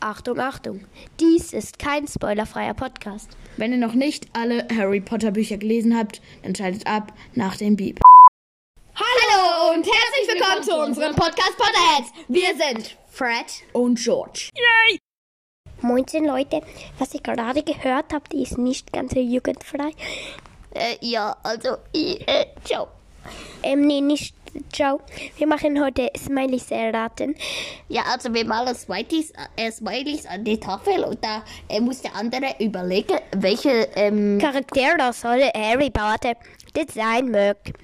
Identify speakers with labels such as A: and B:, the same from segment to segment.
A: Achtung, Achtung, dies ist kein spoilerfreier Podcast.
B: Wenn ihr noch nicht alle Harry Potter Bücher gelesen habt, dann schaltet ab nach dem Beep.
C: Hallo und herzlich willkommen zu unserem Podcast Potterheads. Wir sind Fred.
B: Und George.
A: Moinsen Leute, was ihr gerade gehört habt, ist nicht ganz jugendfrei.
C: Äh, ja, also, ich, äh, ciao.
A: Ähm, nee, nicht. Ciao. Wir machen heute Smileys erraten.
C: Ja, also wir malen Smileys, äh, Smileys an die Tafel und da äh, muss der andere überlegen, welche, ähm,
A: Charaktere soll Harry Potter das sein mögt.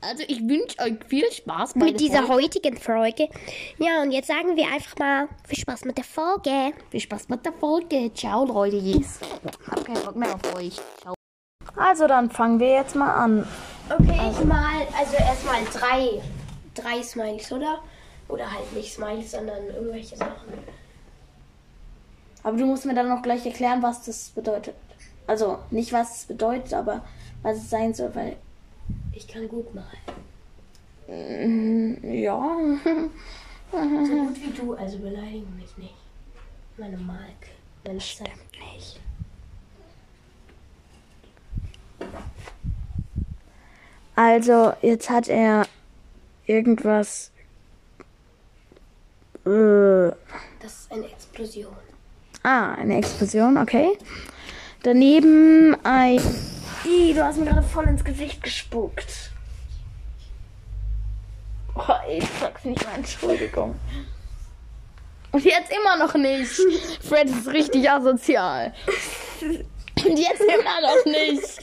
C: also ich wünsche euch viel Spaß bei
A: Mit
C: der
A: dieser
C: Folge.
A: heutigen Folge. Ja, und jetzt sagen wir einfach mal viel Spaß mit der Folge.
C: Viel Spaß mit der Folge. Ciao, Leute. Hab keinen Bock mehr auf euch. Ciao.
B: Also dann fangen wir jetzt mal an.
A: Okay, ich mal, also erstmal drei, drei Smileys, oder? Oder halt nicht Smileys, sondern irgendwelche Sachen.
B: Aber du musst mir dann noch gleich erklären, was das bedeutet. Also nicht was es bedeutet, aber was es sein soll, weil
A: Ich kann gut malen.
B: Mm, ja.
A: So gut wie du, also beleidige mich nicht. Meine Mark. Meine Stimmt nicht.
B: Also jetzt hat er irgendwas. Äh,
A: Das ist eine Explosion.
B: Ah, eine Explosion, okay. Daneben ein. Ih, du hast mir gerade voll ins Gesicht gespuckt. Oh, ey, ich sag's nicht mal, Entschuldigung. Und jetzt immer noch nicht. Fred ist richtig asozial. Und jetzt immer noch nicht.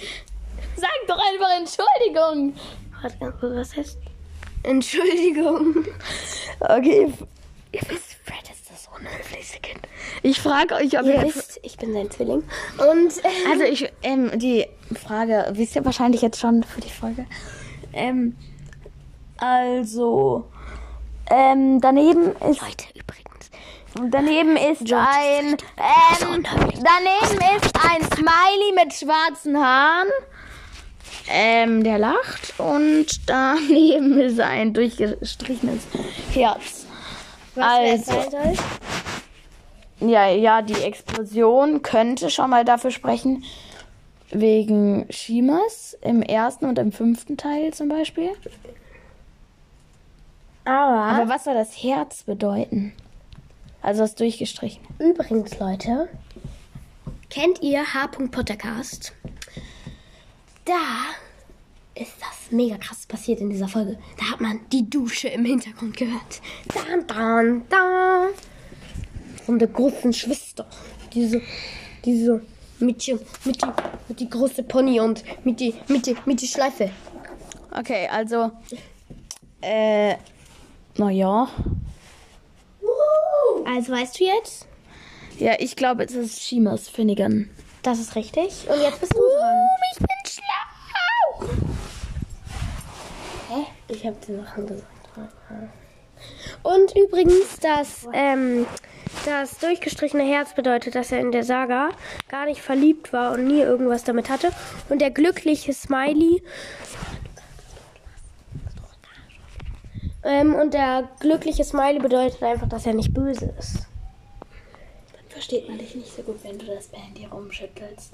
B: Sag doch einfach Entschuldigung.
A: Warte ganz kurz, was heißt? Entschuldigung.
B: Okay,
A: Ihr wisst, Fred ist das unhöflichste Kind.
B: ich frage euch, ob
A: Ihr
B: ihr.
A: wisst, ich bin sein Zwilling. Und äh,
B: Also ich, ähm, die Frage wisst ihr wahrscheinlich jetzt schon für die Folge. Ähm, also, ähm, daneben ist,
A: Leute, übrigens.
B: daneben ist ein, ähm, daneben ist ein Smiley mit schwarzen Haaren. Ähm, der lacht und daneben ist ein durchgestrichenes Herz. Also,
A: Wer sein soll?
B: ja, ja, die Explosion könnte schon mal dafür sprechen, wegen Shimas im ersten und im fünften Teil zum Beispiel.
A: Aber
B: Aber was soll das Herz bedeuten? Also das durchgestrichen.
A: übrigens, Leute, kennt ihr H. Pottercast? Da ist das mega krass passiert in dieser Folge. Da hat man die Dusche im Hintergrund gehört. Dan, dan, dan. Von der großen Schwester. Diese, diese, mit, die- mit, die, mit die große Pony und mit die, mit die, mit die Schleife.
B: Okay, also. Äh. Naja.
A: Also weißt du jetzt?
B: Ja, ich glaube, es ist Shimas Finnegan.
A: Das ist richtig. Und jetzt bist du dran.
B: Ich bin schlau!
A: Ich habe die Sachen gesagt. Und übrigens, dass ähm, das durchgestrichene Herz bedeutet, dass er in der Saga gar nicht verliebt war und nie irgendwas damit hatte. Und der glückliche Smiley. Ähm, und der glückliche Smiley bedeutet einfach, dass er nicht böse ist.
B: Versteht man dich nicht so gut, wenn du das Handy rumschüttelst.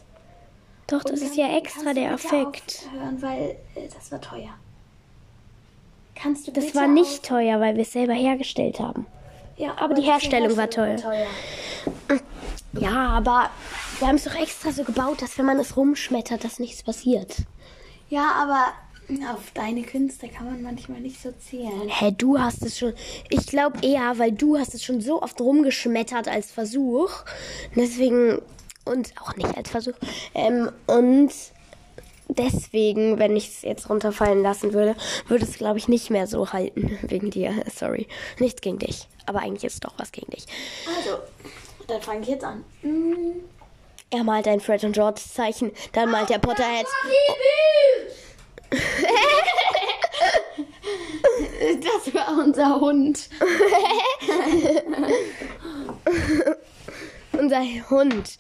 A: Doch, das ist ja extra der Affekt.
B: Hören, weil äh, das war teuer. Kannst du
A: Das war nicht teuer, weil wir es selber hergestellt haben.
B: Ja,
A: aber die Herstellung war teuer. Ja, aber wir haben es doch extra so gebaut, dass wenn man es rumschmettert, dass nichts passiert.
B: Ja, aber auf deine Künste kann man manchmal nicht so zählen.
A: Hä, du hast es schon. Ich glaube eher, weil du hast es schon so oft rumgeschmettert als Versuch. Deswegen. Und auch nicht als Versuch. Ähm, und deswegen, wenn ich es jetzt runterfallen lassen würde, würde es, glaube ich, nicht mehr so halten. Wegen dir. Sorry. Nichts gegen dich. Aber eigentlich ist doch was gegen dich. Mm.
B: Also, dann fange ich jetzt an.
A: Er malt ein Fred und George Zeichen. Dann malt der Potterhead.
B: Das war unser Hund.
A: Unser Hund.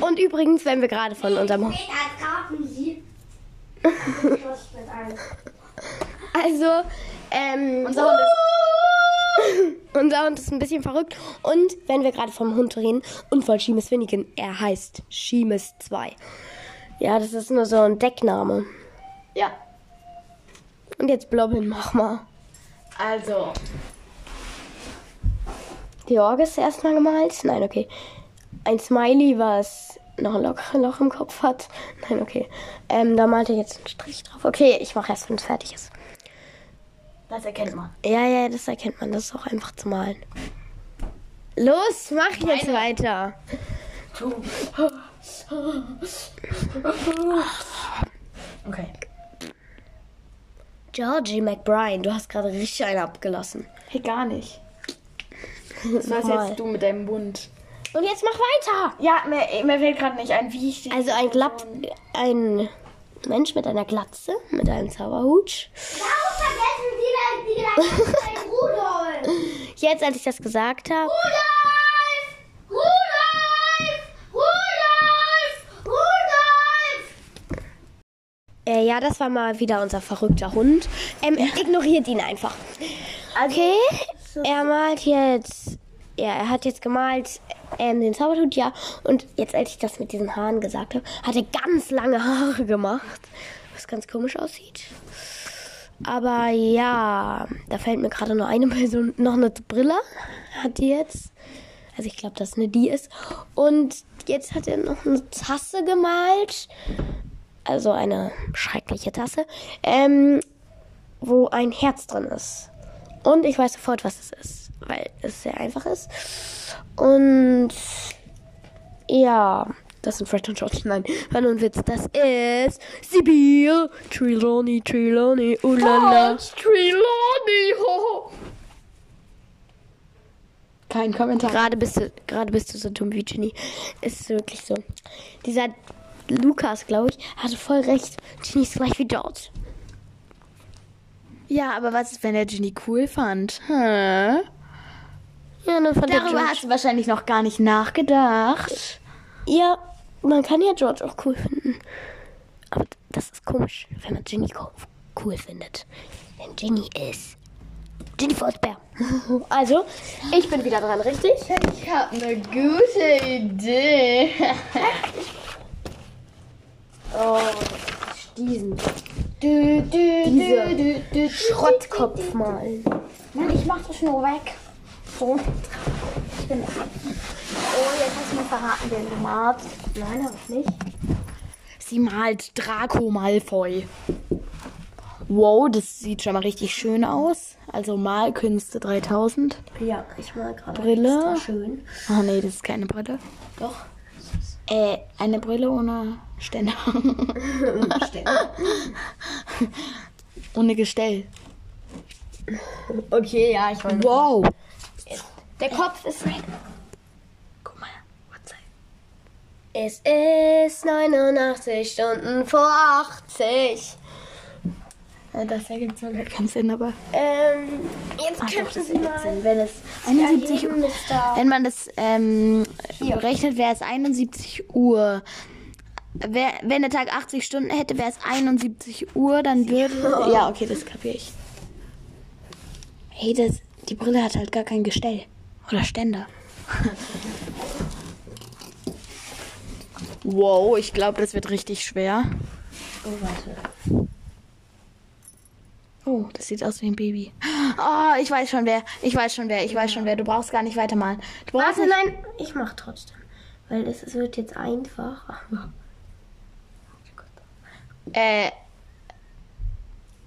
A: Und übrigens, wenn wir gerade von unserem Hund. Also, ähm.
B: Also, Unser Hund
A: Und Sound
B: ist.
A: ähm, ist ein bisschen verrückt. Und wenn wir gerade vom Hund reden, Unfall Schiemes Finnegan. Er heißt Schiemes 2. Ja, das ist nur so ein Deckname.
B: Ja.
A: Und jetzt Blobbin, mach mal.
B: Also.
A: Georg ist erstmal gemalt. Nein, okay. Ein Smiley, was noch ein lockeres Loch im Kopf hat. Nein, okay. Ähm, da malt er jetzt einen Strich drauf. Okay, ich mache erst, wenn es fertig ist.
B: Das erkennt man.
A: Ja, ja, das erkennt man. Das ist auch einfach zu malen. Los, mach jetzt weiter.
B: Okay.
A: Georgie McBride, du hast gerade richtig einen abgelassen.
B: Hey, gar nicht. Das warst
A: Nochmal.
B: jetzt du mit deinem Mund.
A: Und jetzt mach weiter.
B: Ja, mir, mir fällt gerade nicht ein, wie ich die-
A: Also ein glatt, ein Mensch mit einer Glatze, mit einem Zauberhut.
D: Warum vergessen Sie dann die Gedanken Rudolf?
A: Jetzt, als ich das gesagt habe,
D: Rudolf! Rudolf! Rudolf! Rudolf!
A: äh, ja, das war mal wieder unser verrückter Hund. Ähm, Ignoriert ihn einfach. Okay, er malt jetzt, ja, er hat jetzt gemalt ähm, den Zauberhut, ja. Und jetzt, als ich das mit diesen Haaren gesagt habe, hat er ganz lange Haare gemacht, was ganz komisch aussieht. Aber ja, da fällt mir gerade nur eine Person, noch eine Brille hat die jetzt. Also ich glaube, dass eine die ist. Und jetzt hat er noch eine Tasse gemalt. Also eine schreckliche Tasse. Ähm, wo ein Herz drin ist. Und ich weiß sofort, was es ist, weil es sehr einfach ist. Und ja, das sind Fred und George. Nein, war nur ein Witz. Das ist Sibyl Trelawney, Trelawney, ulala.
B: Oh, Trelawney, hoho. Kein Kommentar.
A: Gerade bist du, gerade bist du so dumm wie Ginny. Ist wirklich so. Dieser Lukas, glaube ich, hatte voll recht. Ginny ist gleich wie George.
B: Ja, aber was ist, wenn der Ginny cool fand? Hä?
A: Ja, dann fand
B: Darüber
A: der
B: hast
A: George.
B: du wahrscheinlich noch gar nicht nachgedacht.
A: Ja, man kann ja George auch cool finden. Aber das ist komisch, wenn man Ginny co- cool findet. Denn Ginny ist Ginny Forsberg. Also, ich bin wieder dran, richtig?
B: Ich habe eine gute Idee. Oh,
A: Diesen
B: Du, du,
A: Diese
B: du, du, du.
A: Schrottkopf malen.
B: Mann, ich mach das nur weg. So. Genau.
D: Oh, jetzt hast du mir verraten, wer du magst.
A: Nein, habe ich nicht.
B: Sie malt Draco Malfoy. Wow, das sieht schon mal richtig schön aus. Also Malkünste 3000.
A: Ja, ich mal gerade.
B: Brille.
A: extra Schön.
B: Ah nee, das ist keine Brille.
A: Doch.
B: Äh, eine Brille ohne Ständer. ohne Gestell.
A: Okay, ja, ich weiß.
B: Wow.
A: Der Kopf ist weg.
B: Guck mal. What's that?
A: Es ist 89 Stunden vor 80.
B: Äh, Das ergibt sogar keinen Sinn, aber.
A: Ähm, jetzt könnten Sie mal. Wenn es
B: 71
A: Uhr ist da.
B: Wenn man das ähm, berechnet, wäre es 71 Uhr. Wer, wenn der Tag 80 Stunden hätte, wäre es 71 Uhr, dann würde. Ja, okay, das kapiere ich. Hey, das, die Brille hat halt gar kein Gestell. Oder Ständer. wow, ich glaube, das wird richtig schwer. Oh, warte. Oh, das sieht aus wie ein Baby. Oh, ich weiß schon wer. Ich weiß schon wer. Ich weiß schon wer. Du brauchst gar nicht weitermalen. Du brauchst
A: Warte,
B: nicht-
A: nein, ich mach trotzdem. Weil es, es wird jetzt einfach.
B: Äh.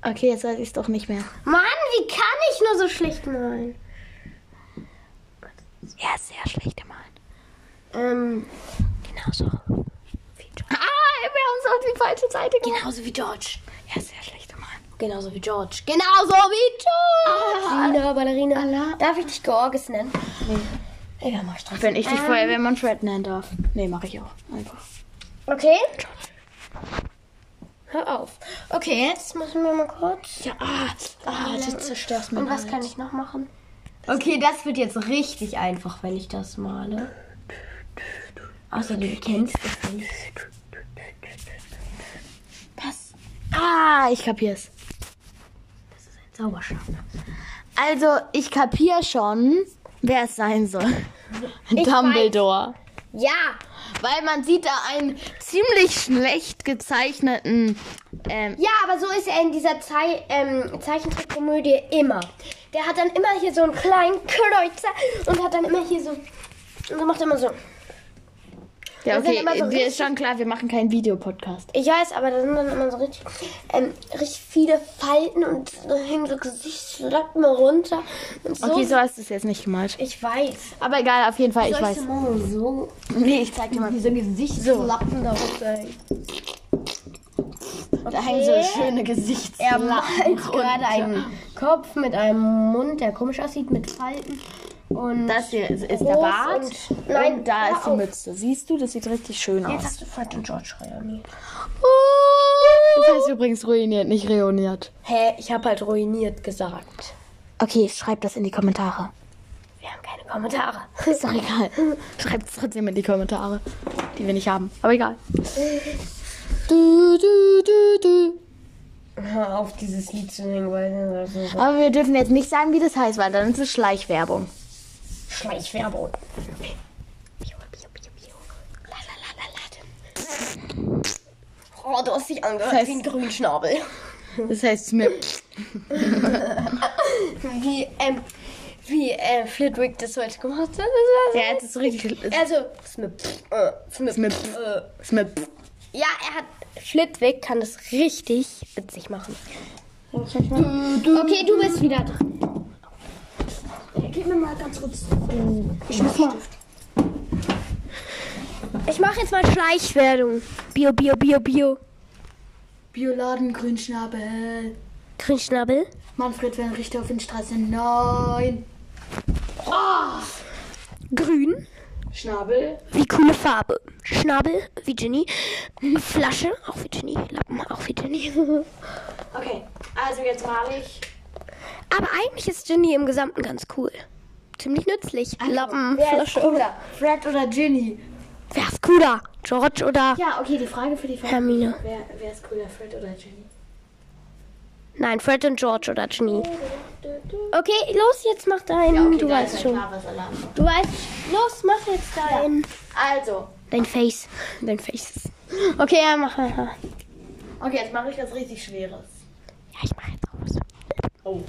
B: Okay, jetzt weiß ich es doch nicht mehr.
A: Mann, wie kann ich nur so schlecht malen?
B: Ja, sehr schlechte Malen.
A: Ähm,
B: Genauso. Wie George. Ah, wir haben es auf die falsche Seite gemacht.
A: genauso wie George.
B: Ja, sehr schlechte Malen.
A: Genauso wie George. Genauso genau wie George! Ballerina, Ballerina.
B: Allah.
A: Darf ich dich Georges nennen? Ah. Nee. Egal, mach ich trotzdem.
B: Wenn ich dich Feuerwehrmann Fred nennen darf. Nee, mache ich auch. Einfach.
A: Okay. Hör auf. Okay, jetzt machen wir mal kurz.
B: Ja, ah, ah du zerstörst
A: Und was kann ich noch machen? Okay, das wird jetzt richtig einfach, wenn ich das male. Außer du kennst es nicht.
B: Ah, ich kapier's.
A: Das ist ein Zauberstab.
B: Also, ich kapier schon, wer es sein soll. Dumbledore.
A: Ja,
B: Weil man sieht da einen ziemlich schlecht gezeichneten. Ähm,
A: ja, aber so ist er in dieser Zei ähm, Zeichentrickkomödie immer. Der hat dann immer hier so einen kleinen Kreuzer und hat dann immer hier so. Und dann macht er immer so.
B: ja,
A: Wir sind
B: okay,
A: immer so
B: dir ist schon klar, wir machen keinen Videopodcast.
A: Ich weiß, aber da sind dann immer so richtig, ähm, richtig viele Falten und da hängen so Gesichtslappen runter. Und so.
B: Okay, so hast du es jetzt nicht gemalt.
A: Ich weiß.
B: Aber egal, auf jeden Fall, ich weiß.
A: mal so.
B: Nee, ich zeig dir mal.
A: Diese Gesichtslappen da runter.
B: Da hängen so schöne
A: Er
B: Gesichtslappen.
A: malt gerade einen Kopf mit einem Mund, der komisch aussieht, mit Falten. Und
B: Das hier ist, ist der
A: Groß
B: Bart.
A: und- Nein,
B: und da
A: hör
B: ist die
A: auf.
B: Mütze. Siehst du, das sieht richtig schön
A: jetzt
B: aus.
A: hast du Fred und George ruiniert.
B: Das heißt übrigens ruiniert, nicht reuniert.
A: Hä, ich habe halt ruiniert gesagt.
B: Okay, schreibt das in die Kommentare.
A: Wir haben keine Kommentare.
B: Ist doch egal. Schreibt es trotzdem in die Kommentare, die wir nicht haben. Aber egal. Du, du, du, du.
A: Hör auf, dieses Lied zu singen, weil das ist so
B: Aber wir dürfen jetzt nicht sagen, wie das heißt, weil dann ist es Schleichwerbung.
A: Schleichwerbung. Oh, du hast dich angehört
B: Das heißt-
A: wie ein Grünschnabel.
B: Das heißt Smith.
A: Wie, ähm, wie äh, Flitwick das heute gemacht hat. Das war so.
B: Ja, das ist richtig.
A: Also, Smip, äh, Smip,
B: Smip.
A: Äh,
B: Smith.
A: ja, er hat. Flitwick kann das richtig witzig machen. Okay, du bist wieder dran. Gib mir mal ganz kurz. äh, Ich mach mal. Ich mache jetzt mal Schleichwerbung. Bio, bio, bio, bio.
B: Bioladen Grünschnabel.
A: Grünschnabel.
B: Manfred Werner Richter auf Windstraße 9.
A: Grün.
B: Schnabel.
A: Wie coole Farbe. Schnabel, wie Ginny. Flasche, auch wie Ginny. Lappen, auch wie Ginny.
B: Okay, also jetzt male ich.
A: Aber eigentlich ist Ginny im Gesamten ganz cool. Ziemlich nützlich. Lappen,
B: Wer ist
A: Flasche.
B: cooler? Fred oder Ginny?
A: Wer ist cooler? George oder
B: Ja, okay, die Frage für die Frage.
A: Hermine?
B: Wer, wer ist cooler, Fred oder Ginny?
A: Nein, Fred und George oder Ginny. Okay, los, jetzt mach deinen. du weißt schon. Du weißt, los, mach jetzt deinen.
B: Also,
A: Dein Face. Dein Face. Okay, ja, mach. mach, mach.
B: okay, jetzt mache ich was richtig Schweres.
A: Ja, ich mach jetzt raus.
B: Oh,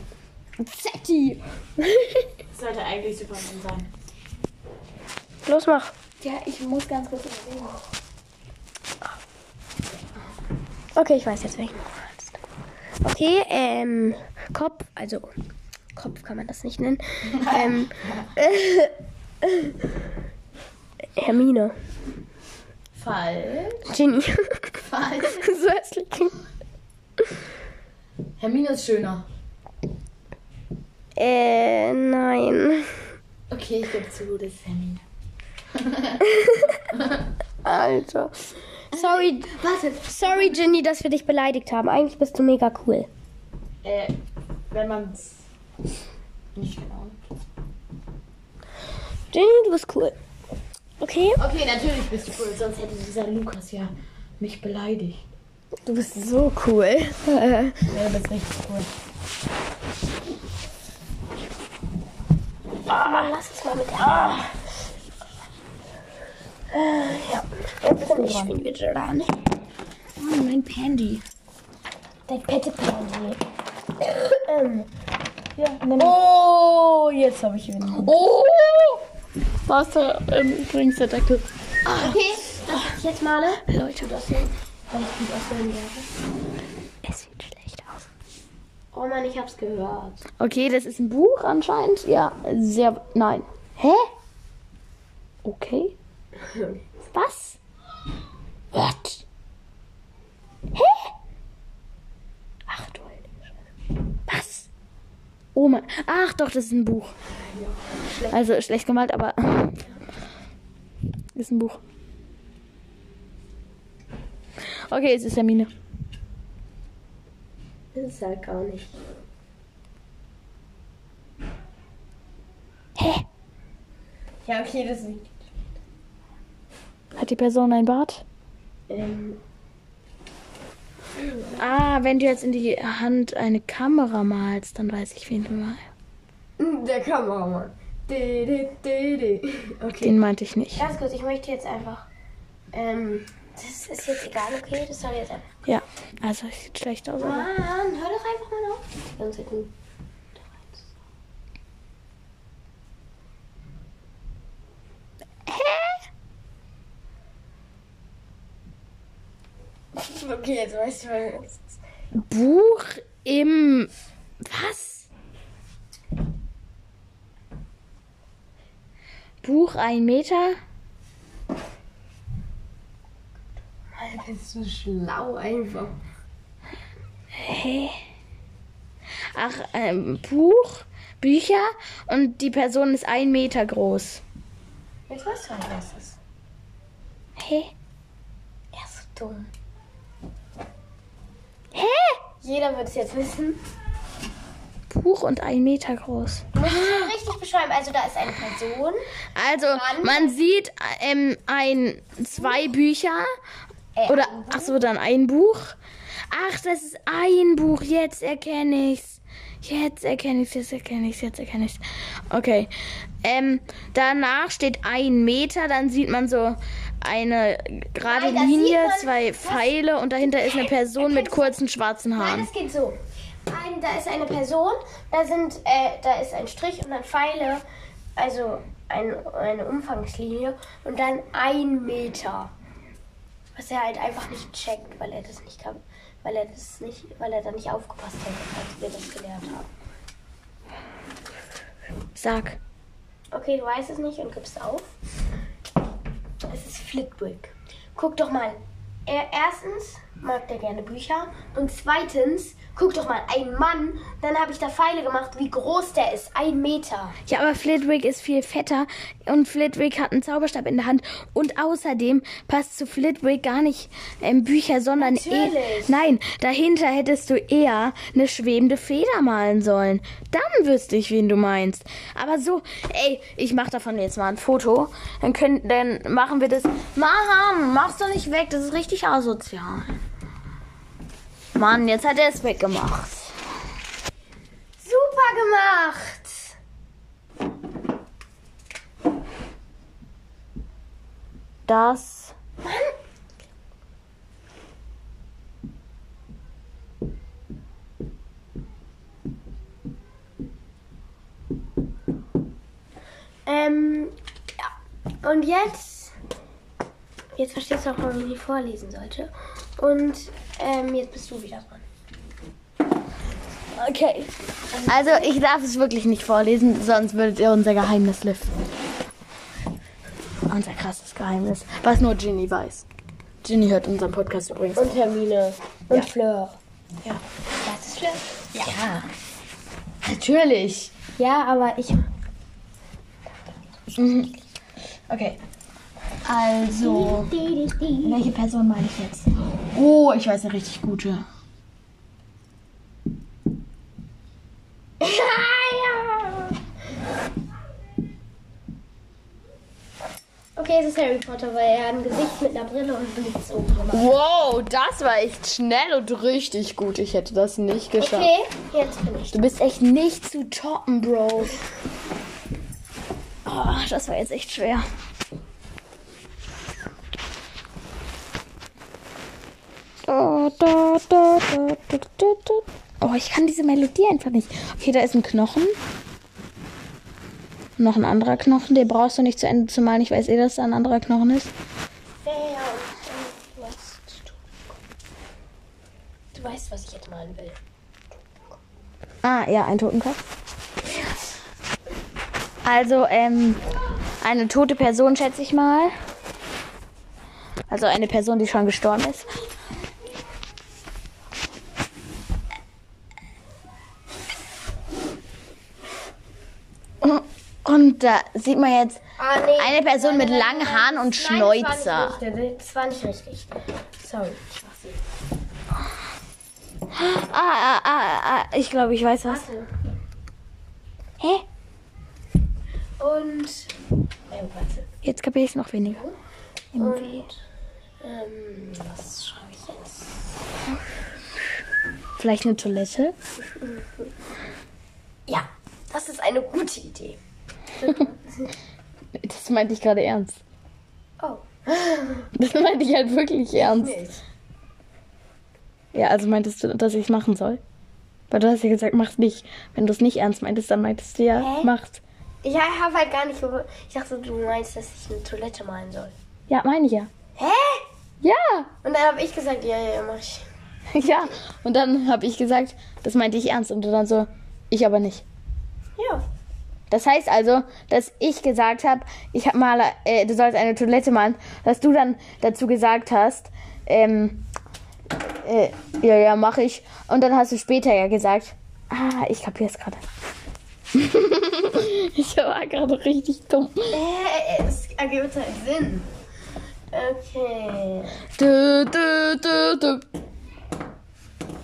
A: Zetti.
B: das sollte eigentlich Superman sein.
A: Los, mach.
B: Ja, ich muss ganz kurz überlegen.
A: Okay, ich weiß jetzt, welchen du meinst. Okay, ähm, Kopf, also Kopf kann man das nicht nennen. ähm, äh, Hermine.
B: Falsch.
A: Ginny.
B: Falsch.
A: so hässlich.
B: Hermine ist schöner.
A: Äh, nein.
B: Okay, ich gebe zu, das ist Hermine.
A: Alter. Also, Sorry, warte. Sorry, Ginny, dass wir dich beleidigt haben. Eigentlich bist du mega cool.
B: Äh, wenn man es nicht genau.
A: Ginny, du bist cool. Okay?
B: Okay, natürlich bist du cool, sonst hätte dieser Lukas ja mich beleidigt.
A: Du bist so cool.
B: Ja, das ist richtig cool.
A: Lass es mal mit der. Ah. Äh, ja. Jetzt bin ich schon wieder dran.
B: Oh, mein Pandy.
A: Dein Pette Pandy.
B: Oh, jetzt habe ich ihn. Oh! Was da ähm, übrigens der Deckel. Ah,
A: Okay, das ich jetzt male. Leute, das hier. Es sieht schlecht aus. Oh Mann, ich hab's gehört.
B: Okay, das ist ein Buch anscheinend. Ja, sehr. Nein. Hä? Okay. Was? What?
A: Ach du Alter.
B: Was? Oh mein. Ach doch, das ist ein Buch. Also schlecht gemalt, aber. Ist ein Buch. Okay, es ist Hermine.
A: Das ist halt gar nicht.
B: Hä?
A: Ja, okay, das sieht.
B: Hat die Person ein Bart?
A: Ähm,
B: Ah, wenn du jetzt in die Hand eine Kamera malst, dann weiß ich, wen du mal.
E: Der Kameramann. Di, di, di, di. Okay.
B: Den meinte ich nicht.
A: Ganz kurz, ich möchte jetzt einfach. Ähm, das ist jetzt egal, okay? Das soll jetzt einfach.
B: Ja, also sieht schlecht aus. Aber
A: Mann, hör doch einfach mal auf. Die ganze Zeit nur. Okay, jetzt weißt du, was es ist.
B: Buch im. Was? Buch ein Meter?
E: Mann, bist du schlau einfach.
B: Hä? Ach, ähm, Buch, Bücher und die Person ist ein Meter groß.
A: Jetzt weißt du, was es ist.
B: Hä?
A: Er ist so dumm.
B: Hä?
A: Jeder wird es jetzt wissen.
B: Buch und ein Meter groß.
A: Du musst es schon richtig beschreiben. Also, da ist eine Person.
B: Also, man sieht ähm, ein, zwei Bücher.
A: Äh,
B: Oder, ach so, dann ein Buch. Ach, das ist ein Buch. Jetzt erkenne ich's. Jetzt erkenne ich's, jetzt erkenne ich's, jetzt erkenne ich's. Okay. Ähm, danach steht ein Meter. Dann sieht man so eine gerade
A: Nein, das sieht
B: Linie,
A: man-
B: zwei Pfeile und dahinter ist eine Person mit kurzen schwarzen
A: Nein,
B: Haaren.
A: das geht so. Ein, da ist eine Person, da sind, äh, da ist ein Strich und dann Pfeile, also ein, eine Umfangslinie und dann ein Meter. Was er halt einfach nicht checkt, weil er das nicht kann, weil er das nicht, weil er da nicht aufgepasst hat, als wir das gelernt haben.
B: Sag.
A: Okay, du weißt es nicht und gibst auf. Es ist Flitwick. Guck doch mal. Er, erstens mag der gerne Bücher und zweitens, guck doch mal, ein Mann. Dann habe ich da Pfeile gemacht, wie groß der ist. Ein Meter.
B: Ja, aber Flitwick ist viel fetter und Flitwick hat einen Zauberstab in der Hand. Und außerdem passt zu Flitwick gar nicht ähm, Bücher, sondern
A: Natürlich.
B: Nein, dahinter hättest du eher eine schwebende Feder malen sollen. Dann wüsste ich, wen du meinst. Aber so, ey, ich mach davon jetzt mal ein Foto. Dann, können, dann machen wir das. Maham, mach's doch nicht weg, das ist richtig asozial. Mann, jetzt hat er es weggemacht.
A: Super gemacht.
B: Das
A: Ähm, ja. Und jetzt. Jetzt verstehst du auch, warum ich vorlesen sollte. Und ähm, jetzt bist du wieder dran.
B: Okay. Also ich darf es wirklich nicht vorlesen, sonst würdet ihr unser Geheimnis lüften. Unser krasses Geheimnis, was nur Ginny weiß. Ginny hört unseren Podcast übrigens.
A: Und Termine. Und Fleur.
B: Ja.
A: Das ist Fleur.
B: Ja. Natürlich.
A: Ja, aber ich.
B: Mhm. Okay. Also,
A: Die, die, die.
B: welche Person meine ich jetzt? Oh, ich weiß eine richtig gute.
A: Okay, es ist Harry Potter, weil er hat ein Gesicht mit einer Brille und Blitz oben gemacht.
B: Wow, das war echt schnell und richtig gut. Ich hätte das nicht geschafft.
A: Okay, jetzt bin ich.
B: Du bist echt nicht zu toppen, Bro. Oh, das war jetzt echt schwer. Da, da, da, da, da, da, da. Oh, ich kann diese Melodie einfach nicht. Okay, da ist ein Knochen. Noch ein anderer Knochen. Den brauchst du nicht zu Ende zu malen. Ich weiß eh, dass da ein anderer Knochen ist.
A: Wer und was zu Du weißt, was ich jetzt malen will.
B: Ah, ja, ein Totenkopf. Also, ähm, eine tote Person, schätze ich mal. Also eine Person, die schon gestorben ist. Und da sieht man jetzt
A: Ah, nee.
B: eine Person mit
A: Nein, nein,
B: langen
A: nein,
B: Haaren und
A: nein, das war
B: Schnäuzer.
A: nicht richtig. Das war nicht richtig. Sorry, ich mach's nicht.
B: Ah, ah, ah, ah, ich glaube, ich weiß was.
A: Warte.
B: Hä?
A: Und. Ähm, warte.
B: Jetzt kapiere ich es noch weniger.
A: Und. Ähm, was schreibe ich jetzt?
B: Vielleicht eine Toilette?
A: Ja, das ist eine gute Idee.
B: Das meinte ich gerade ernst.
A: Oh.
B: Das meinte ich halt wirklich ernst. Ja, also meintest du, dass ich es machen soll? Weil du hast ja gesagt, mach's nicht. Wenn du es nicht ernst meintest, dann meintest du ja,
A: Hä?
B: mach's.
A: Ich habe halt gar nicht. gew- Ich dachte, du meinst, dass ich eine Toilette malen soll.
B: Ja, meine ich ja.
A: Hä?
B: Ja!
A: Und dann habe ich gesagt, ja, ja, mach ich.
B: Ja, und dann habe ich gesagt, das meinte ich ernst. Und du dann so, ich aber nicht.
A: Ja.
B: Das heißt also, dass ich gesagt habe, ich hab mal, äh, du sollst eine Toilette malen, dass du dann dazu gesagt hast, ähm, äh, ja, ja, mach ich. Und dann hast du später ja gesagt, ah, ich kapier's gerade. ich war gerade richtig dumm.
A: Äh, es ergibt halt Sinn. Okay.
B: Du, du, du, du.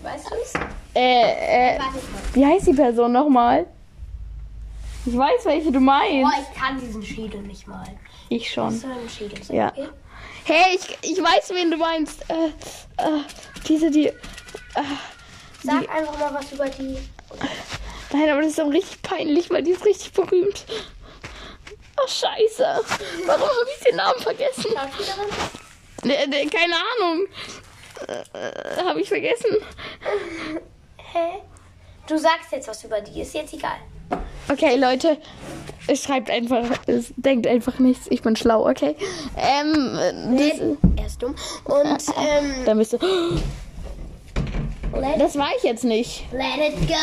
A: Weißt du es?
B: Äh, äh,
A: Warte mal.
B: wie heißt die Person nochmal? Ich weiß, welche du
A: Oh,
B: meinst.
A: ich kann diesen Schädel nicht malen.
B: Ich schon.
A: Das soll ein Schädel sein.
B: Ja.
A: Okay?
B: Hey, ich, ich weiß, wen du meinst. Äh, äh, diese, die.
A: Sag einfach mal was über die.
B: Nein, aber das ist dann richtig peinlich, weil die ist richtig berühmt. Ach, scheiße. Warum habe ich den Namen vergessen?
A: Schauspielerin?
B: Ne, ne, keine Ahnung. Äh, habe ich vergessen.
A: Hä? Du sagst jetzt was über die, ist jetzt egal.
B: Okay, Leute. Schreibt einfach. es- Denkt einfach nichts. Ich bin schlau, okay? Ähm, das,
A: Er ist dumm. Und ähm,
B: da müsste.
A: let,
B: Das war ich jetzt nicht.
A: let it go.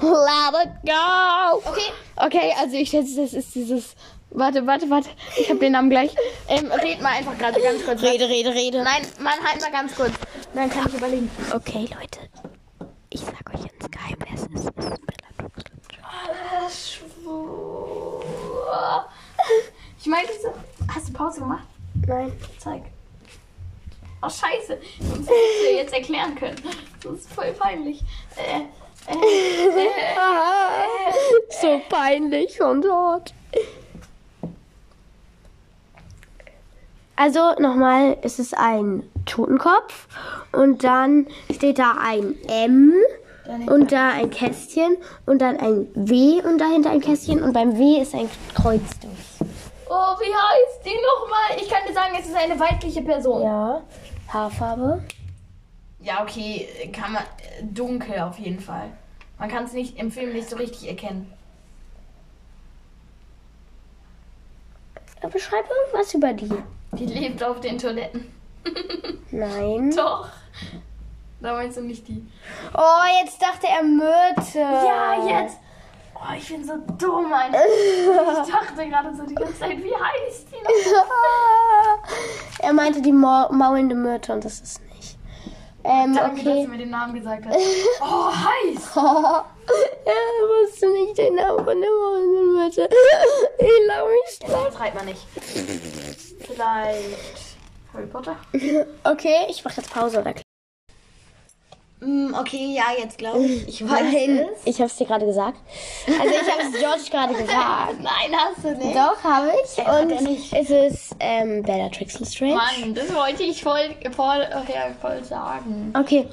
B: Let it go!
A: Okay.
B: Okay, also ich schätze, das ist dieses. Warte, warte, warte. Ich habe den Namen gleich. Ähm, red mal einfach gerade ganz kurz. Rede, rede, rede. Nein, Mann, halt mal ganz kurz. Dann kann ich überlegen.
F: Okay, Leute. Ich sag euch ins Geheimnis. Es ist
B: Ich meine, diese- hast du Pause gemacht?
A: Nein.
B: Zeig. Oh, scheiße. Sonst hätte ich dir jetzt erklären können. Das ist voll peinlich. Äh,
G: äh,
F: so peinlich und dort.
A: Also nochmal, es ist ein Totenkopf und dann steht da ein M und da ein Kästchen und dann ein W und dahinter ein Kästchen und beim W ist ein Kreuz durch.
B: oh, wie heißt die nochmal? Ich kann dir sagen, es ist eine weibliche Person.
A: Ja, Haarfarbe.
G: äh. Ja, okay, kann man. äh, Dunkel auf jeden Fall. Man kann es nicht im Film nicht so richtig erkennen.
A: Beschreib irgendwas über die.
G: Die lebt auf den Toiletten.
A: Nein.
G: Doch. Da meinst du nicht die.
A: Oh, jetzt dachte er Myrte.
G: Ja, jetzt. Oh, ich bin so dumm, Alter. Ich dachte gerade so die ganze Zeit, wie heißt die noch?
A: er meinte die mau maulende Myrte und das ist nicht. Ähm,
G: Danke, dass
A: okay.
G: du mir den Namen gesagt hast. Oh, heiß.
A: Ja, wusste nicht den Namen von der maulenden Myrte. Ich glaube mich
G: Das reibt man nicht. Vielleicht Harry Potter?
A: Okay, ich mache jetzt Pause oder
G: okay, ja, jetzt glaube ich. Ich weiß es.
A: Ich habe es dir gerade gesagt. Also ich habe es George gerade gesagt.
G: Nein, hast du nicht.
A: Doch, habe ich. Und es ist ähm, Bellatrix Lestrange.
G: Mann, das wollte ich voll, voll, ja, voll sagen.
A: Okay.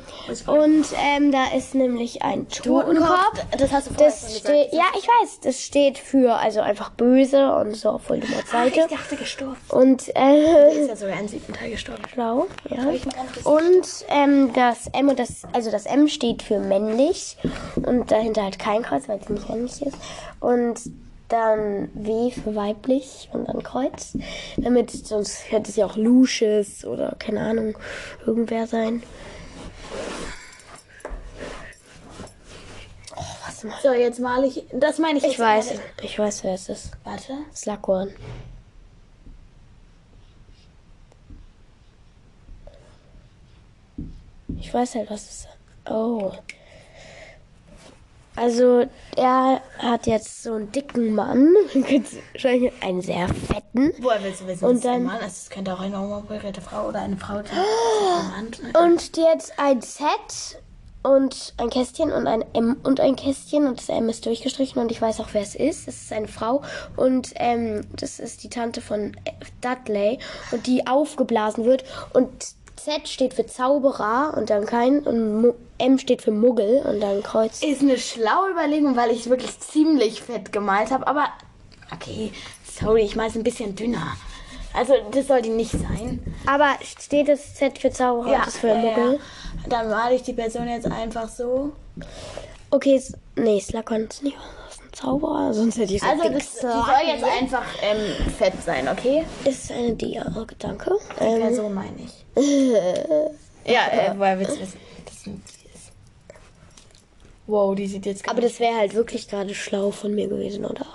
A: Und ähm, da ist nämlich ein Totenkopf.
H: Das hast du vorher
A: Das steht, ja, ich weiß, das steht für also einfach böse und so auf Voldemorts Seite. Ich dachte gestorben. Und äh,
G: ja sogar im siebten Teil gestorben.
A: Schlau, ja. Und ähm, das M und das, also das M steht für männlich und dahinter halt kein Kreuz, weil es nicht männlich ist. Und dann W für weiblich und dann Kreuz. Damit, sonst hätte es ja auch Lucius oder keine Ahnung, irgendwer sein.
B: So, jetzt male ich. Das meine ich.
A: Ich weiß, ich weiß, wer es ist.
B: Warte.
A: Slughorn. Ich weiß halt, was es ist. Oh. Also, er hat jetzt so einen dicken Mann. Wahrscheinlich einen sehr fetten.
G: Woher willst du wissen,
A: Und
G: dass es ein
A: dann-
G: Mann ist? Es könnte auch eine homoperierte Frau oder eine Frau sein.
A: Und jetzt ein Z und ein Kästchen und ein M und ein Kästchen und das M ist durchgestrichen und ich weiß auch, wer es ist. Es ist eine Frau und ähm, das ist die Tante von Dudley und die aufgeblasen wird und Z steht für Zauberer und dann kein und Mu- M steht für Muggel und dann Kreuz.
B: Ist eine schlaue Überlegung, weil ich es wirklich ziemlich fett gemalt habe, aber okay, sorry, ich mal ein bisschen dünner. Also, das soll die nicht sein.
A: Aber steht das Z für Zauberer und das für Muggel?
B: ja. Dann male ich die Person jetzt einfach so.
A: Okay, s- nee, Slackon ist nicht was ist ein Zauberer, sonst hätte ich gesagt,
B: Also, das, die soll jetzt einfach ähm, fett sein, okay?
A: ist eine Dia-Gedanke.
B: Die
A: Ähm,
B: Person meine ich. ja, äh, woher willst du wissen? Das ist ein- Wow, die sieht jetzt gar
A: aber das wäre halt wirklich gerade schlau von mir gewesen, oder?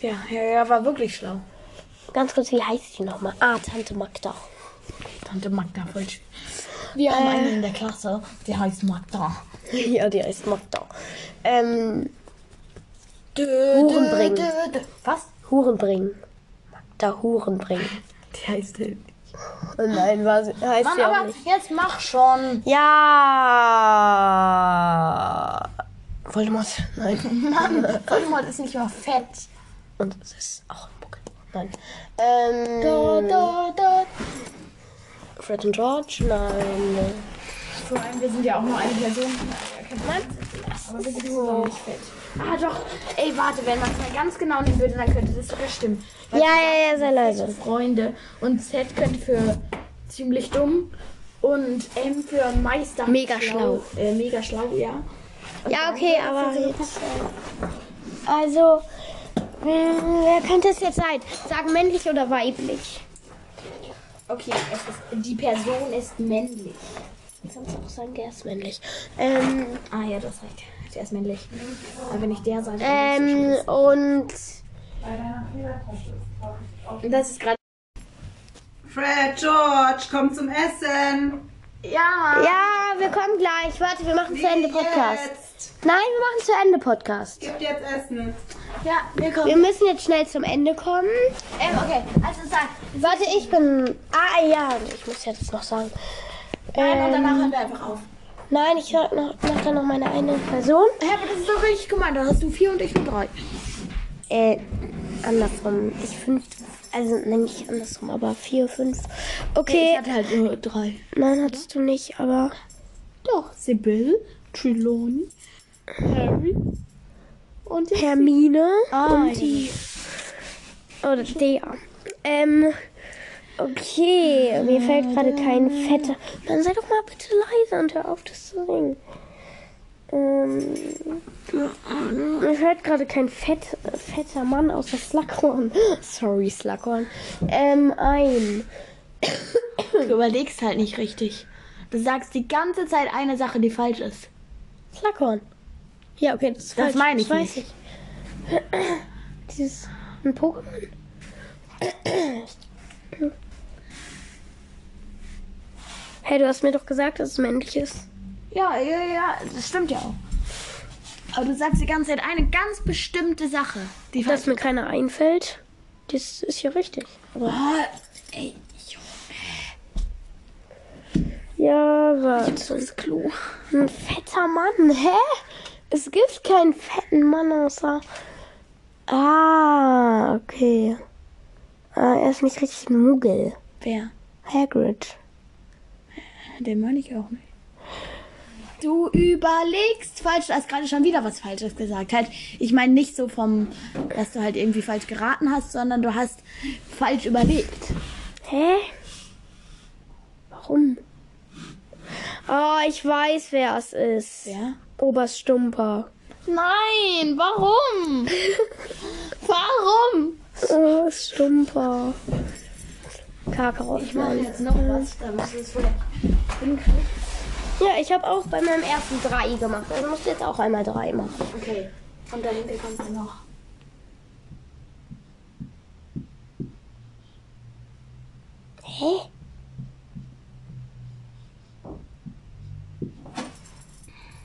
B: Ja, ja, ja, war wirklich schlau.
A: Ganz kurz, wie heißt die nochmal? Ah, Tante Magda.
B: Tante Magda, voll schön. Wir haben eine in der Klasse, die heißt Magda.
A: ja, die heißt Magda. Ähm,
B: Huren
A: bringen.
B: Was?
A: Huren bringen. Magda Huren bringen.
B: Die heißt äh, Hilde.
A: Nein, was heißt
B: Mann, aber jetzt mach schon.
A: Ja. Voldemort. Nein.
B: Mann, Voldemort ist nicht mal fett.
A: Und es ist auch ein Buckel. Nein. Ähm,
B: Da, da, da.
A: Fred und George. Nein.
G: Vor allem, wir sind ja auch nur eine Person. Ja, kennt man. Aber wir sind so nicht fett. Ah, doch. Ey, warte, wenn man es mal ganz genau nehmen würde, dann könnte das sogar stimmen. Weil
A: Ja, ja, ja, sei leise.
G: Also Freunde und Z könnte für ziemlich dumm und M für Meister.
A: Mega schlau.
G: Äh, mega schlau, ja.
A: Ja, okay, aber jetzt. Also, mh, wer könnte es jetzt sein? Sagen männlich oder weiblich?
G: Okay, es ist, die Person ist männlich.
A: Kannst auch sagen, der ist männlich. Ähm,
G: Ah ja, das reicht. Der ist männlich. Aber wenn ich der sage,
A: ähm, und.
G: das ist gerade.
I: Fred, George, komm zum Essen.
G: Ja,
A: Ja, wir kommen gleich. Warte, wir machen zu Ende Podcast.
I: Jetzt.
A: Nein, wir machen zu Ende Podcast.
I: Gibt jetzt Essen.
G: ja, wir kommen.
A: Wir müssen jetzt schnell zum Ende kommen.
G: Ähm, okay, also sag.
A: Warte, ich bin. Ah, ja, ich muss jetzt noch sagen.
G: Nein, und
A: Ähm,
G: danach hören wir einfach auf.
A: nein, ich sag noch, mach dann noch meine eine Person.
G: Hä, aber das ist doch richtig gemeint. Da hast du vier und ich nur drei.
A: Äh, andersrum. Ich fünf. Also, nein, nicht andersrum, aber vier, fünf. Okay.
G: halt nur drei.
A: Nein, hattest du nicht, aber.
G: Doch, Sibyl, Trelawney, Harry und die
A: Hermine
G: Ah,
A: und die. Oder der. Ähm. Okay, mir fällt gerade kein fetter. Dann sei doch mal bitte leise und hör auf, das zu singen. Ähm, mir fällt gerade kein fett, fetter Mann außer Slughorn. Sorry, Slughorn. Ähm, ein.
B: Du überlegst halt nicht richtig. Du sagst die ganze Zeit eine Sache, die falsch ist.
A: Slughorn. Ja, okay, das, ist
B: Das
A: falsch,
B: meine ich
A: das weiß ich. Dieses. Ein Pokémon? Hey, du hast mir doch gesagt, dass es männlich ist.
B: Ja, ja, ja, das stimmt ja auch. Aber du sagst die ganze Zeit eine ganz bestimmte Sache, die falsch
A: Dass mir keiner einfällt. Das ist hier richtig.
B: Boah,
A: Ja, warte.
B: das Klo.
A: Ein fetter Mann, hä? Es gibt keinen fetten Mann außer. Ah, okay. Ah, er ist nicht richtig ein Muggel.
B: Wer?
A: Hagrid.
B: Den meine ich auch nicht. Du überlegst falsch. Du hast gerade schon wieder was Falsches gesagt. Halt, ich meine nicht so vom, dass du halt irgendwie falsch geraten hast, sondern du hast falsch überlegt.
A: Hä? Warum? Oh, ich weiß, wer es ist.
B: Ja?
A: Oberst Stumper.
B: Nein, warum? warum?
A: Oh, Stumper. Kakarot. Mann.
G: Jetzt noch was, dann musst du es wieder.
A: Ja, ich habe auch bei meinem ersten drei gemacht. Also musst du jetzt auch einmal drei machen.
G: Okay, und dahinter kommt es noch.
A: Hä?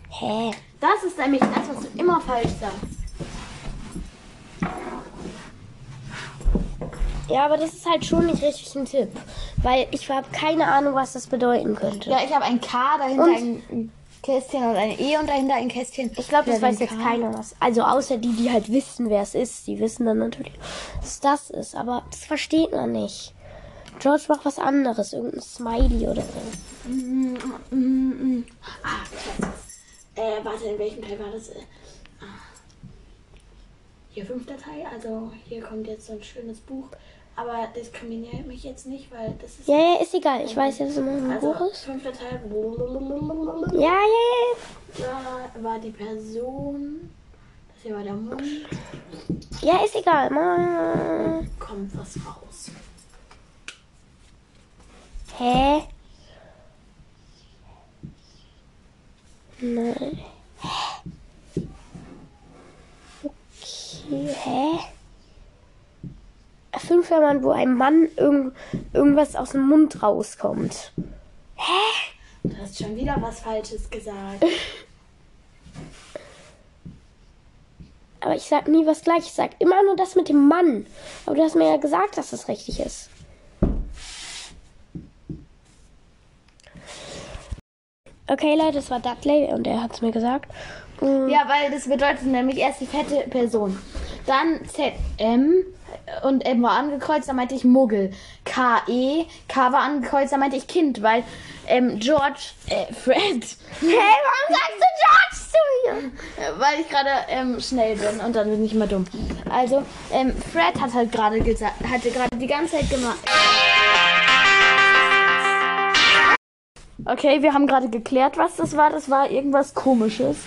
A: Hä?
G: Das ist nämlich das, was du immer falsch sagst.
A: Ja, aber das ist halt schon nicht richtig ein Tipp. Weil ich habe keine Ahnung, was das bedeuten könnte.
B: Ja, ich habe ein K dahinter.
A: Und-
B: ein Kästchen und ein E und dahinter ein Kästchen.
A: Ich glaube, das weiß jetzt keiner. Was. Also außer die, die halt wissen, wer es ist. Die wissen dann natürlich, dass das ist. Aber das versteht man nicht. George macht was anderes. Irgendein Smiley oder so.
G: Äh, Ah, scheiße. Äh, warte, in welchem Teil war das? Äh, ah. Hier fünfter Teil, also hier kommt jetzt so ein schönes Buch. Aber das kombiniert mich jetzt nicht, weil das ist.
A: Ja, ja, ist egal. Ich weiß jetzt immer, wo
G: also,
A: also, Buch ist.
G: fünfter Teil.
A: Ja, ja, ja.
G: Da war die Person. Das hier war der Mund.
A: Ja, ist egal. Ma-
G: Kommt was raus.
A: Hä? Nein. Okay, hä? Fünfter Mann, wo ein Mann irgend, irgendwas aus dem Mund rauskommt.
G: Du hast schon wieder was Falsches gesagt.
A: Äh. Aber ich sag nie was gleich. Ich sag immer nur das mit dem Mann. Aber du hast mir ja gesagt, dass das richtig ist. Okay, Leute, das war Dudley und er hat's mir gesagt. Und
B: Ja, weil das bedeutet nämlich erst die fette Person. Dann ZM und M war angekreuzt, da meinte ich Muggel. KE, K war angekreuzt, da meinte ich Kind, weil ähm, George, äh, Fred. Hey, warum sagst du George zu mir? Weil ich gerade ähm, schnell bin und dann bin ich mal dumm. Also, ähm, Fred hat halt gerade gesagt, hatte gerade die ganze Zeit gemacht. Okay, wir haben gerade geklärt, was das war. Das war irgendwas komisches.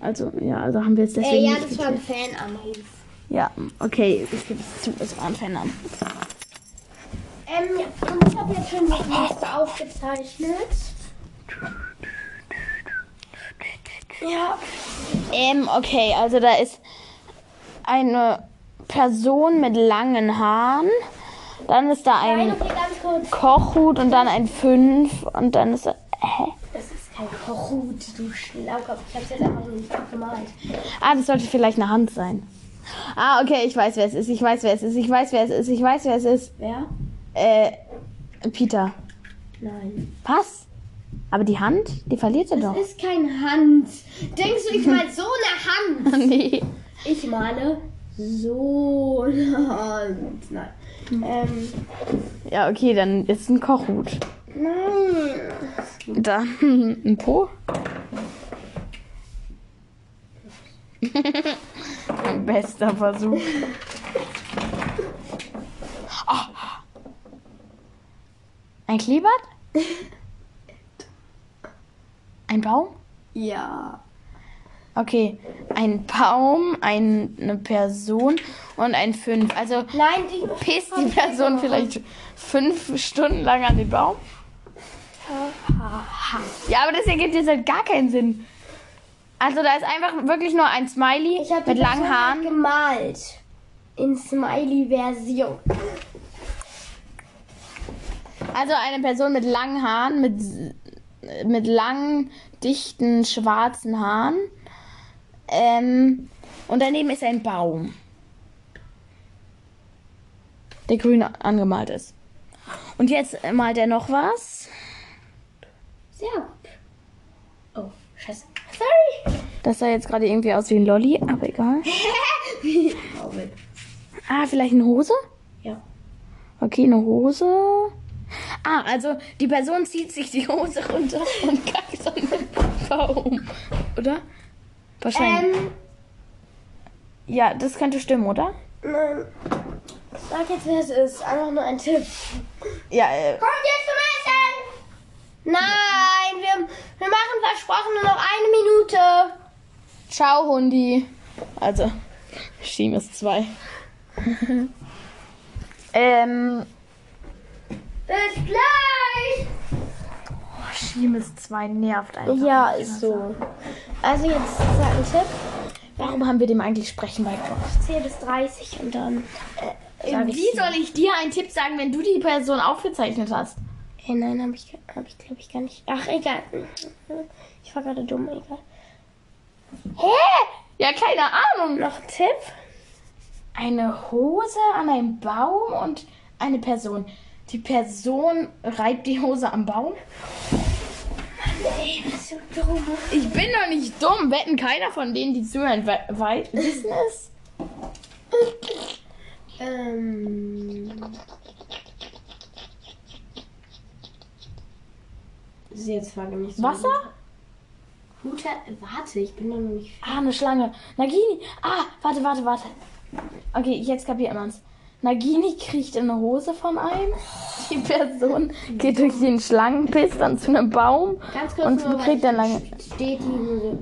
B: Also, ja, also haben wir jetzt deswegen.
D: ja, das war ein Fananruf.
B: Ja, okay, ich gebe es zu, es war ein Fan.
D: Ähm, und ich habe jetzt schon die Liste aufgezeichnet.
B: Ähm, okay, also da ist eine Person mit langen Haaren. Dann ist da ein
D: Okay, ganz kurz.
B: Kochhut und dann ein Fünf und dann ist da. Hä?
D: Das ist kein Kochhut, du Schlaukopf. Ich hab's jetzt einfach nur nicht gut gemalt.
B: Ah, das sollte vielleicht eine Hand sein. Ah, okay, ich weiß, wer es ist. Ich weiß, wer es ist. Ich weiß, wer es ist. Ich weiß, wer es ist.
D: Wer?
B: Äh, Peter.
D: Nein.
B: Was? Aber die Hand, die verliert er doch.
D: Das ist keine Hand. Denkst du, ich mal so eine Hand?
B: Nee.
D: Ich male so eine Hand. Nein. Ähm,
B: Ja, okay, dann ist ein Kochhut.
D: nein.
B: Dann ein Po. Mein bester Versuch. Ah. Ein Kleeblatt? Ein Baum?
D: Ja.
B: Okay, ein Baum, ein, eine Person und ein Fünf. Also
D: Nein, die.
B: pisst die Person vielleicht fünf Stunden lang an den Baum? Ja, aber das ergibt jetzt halt gar keinen Sinn. Also da ist einfach wirklich nur ein Smiley
D: Ich hab die
B: mit langen
D: Person
B: Haaren.
D: gemalt. In Smiley-Version.
B: Also eine Person mit langen Haaren, mit, s- mit langen, dichten, schwarzen Haaren. Ähm, und daneben ist ein Baum, der grün a- angemalt ist. Und jetzt malt er noch was.
D: Sehr gut. Oh, scheiße. Sorry.
B: Das sah jetzt gerade irgendwie aus wie ein Lolli, aber egal. Ah, vielleicht eine Hose?
D: Ja.
B: Okay, eine Hose. Ah, also die Person zieht sich die Hose runter und kackt an den Baum. Oder? Wahrscheinlich.
D: Ähm,
B: Ja, das könnte stimmen, oder?
D: nein. Sag jetzt, wer es ist. Einfach nur ein Tipp.
B: Ja, äh,
D: Kommt jetzt zum Essen! Nein, wir, wir machen versprochen nur noch eine Minute.
B: ciao, Hundi. Also, Schieben ist zwei. ähm,
D: Bis gleich!
B: Schieben ist zwei nervt einfach.
A: ja, ist so.
D: Also jetzt sag einen Tipp.
B: Warum haben wir dem eigentlich sprechen beigebracht?
D: Zähl bis 30 und dann.
B: Wie soll ich dir einen Tipp sagen, wenn du die Person aufgezeichnet hast?
D: Äh,
A: Hey, nein, habe ich, hab ich glaube ich gar nicht. Ach, egal. Ich war gerade dumm, egal.
B: Ja, keine Ahnung.
A: Noch ein Tipp?
B: Eine Hose an einem Baum und eine Person. Die Person reibt die Hose am Baum. Ich bin doch nicht dumm. Wetten, keiner von denen, die zuhören, we wei- wissen es?
A: Sie jetzt frage mich so.
B: Wasser?
A: Guter, warte, ich bin da noch nicht.
B: Ah, eine Schlange. Nagini. Ah, warte, warte, warte. Okay, jetzt kapiert man's. Nagini kriecht in eine Hose von einem. Die Person geht durch den Schlangenpiss dann zu einem Baum.
A: Ganz kurz
B: Und
A: nur,
B: kriegt
A: weil
B: dann lange-
A: Steht die nur so.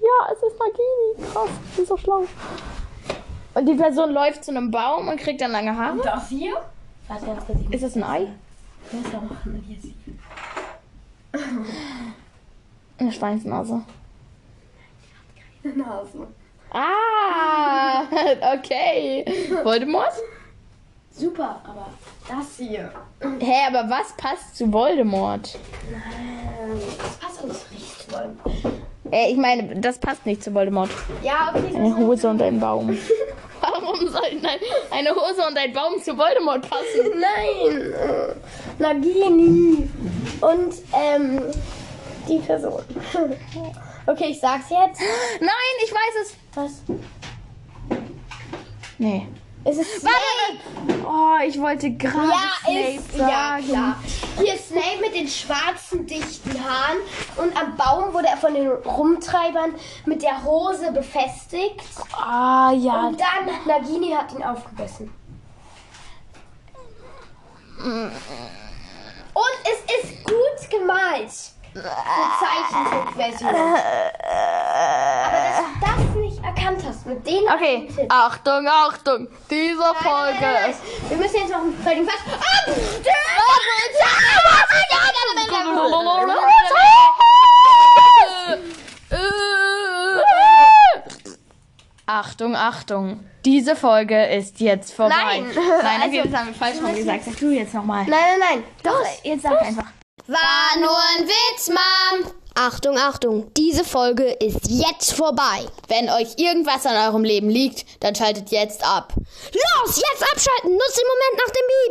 B: Ja, es ist Nagini. Krass, die ist so schlau. Und die Person läuft zu einem Baum und kriegt dann lange Haare.
A: Das hier? Warte ganz kurz, ich muss
B: Ist das ein Ei?
A: besser machen. Hier ist
B: Eine Schweinsnase.
A: die Nase.
B: Ah, okay. Voldemort?
A: Super, aber das hier.
B: Hä, hey, aber was passt zu Voldemort?
A: Das passt uns richtig voll.
B: Äh, ich meine, das passt nicht zu Voldemort.
A: Ja, okay,
B: Eine Hose und ein Baum. Warum sollten ein, eine Hose und ein Baum zu Voldemort passen?
A: Nein! Nagini! Und, ähm, die Person. Okay, ich sag's jetzt.
B: Nein, ich weiß es.
A: Was?
B: Nee.
A: Es ist
B: Warte! Oh, ich wollte gerade
A: Ja,
B: Snape
A: ist, ja,
B: sagen.
A: klar. Hier ist Snape mit den schwarzen, dichten Haaren. Und am Baum wurde er von den Rumtreibern mit der Hose befestigt.
B: Ah, ja.
A: Und dann, Nagini hat ihn aufgebissen. Und es ist gut gemalt. Die Zeichentrickversion. Aber dass du das nicht erkannt hast, mit denen.
B: Okay, Achtung, Achtung. Diese Folge ist
A: Wir müssen jetzt noch einen völligen Fass. Ah, pff, der- Oh,
B: Achtung, Achtung. Diese Folge ist jetzt vorbei. Nein, Nein okay, das haben wir falsch rum gesagt. Sag du jetzt nochmal.
A: Nein, nein, nein.
B: Doch, jetzt sag einfach.
C: War nur ein Witz, Mom. Achtung, Achtung, diese Folge ist jetzt vorbei. Wenn euch irgendwas an eurem Leben liegt, dann schaltet jetzt ab. Los, jetzt abschalten, nutzt den Moment nach dem Beep.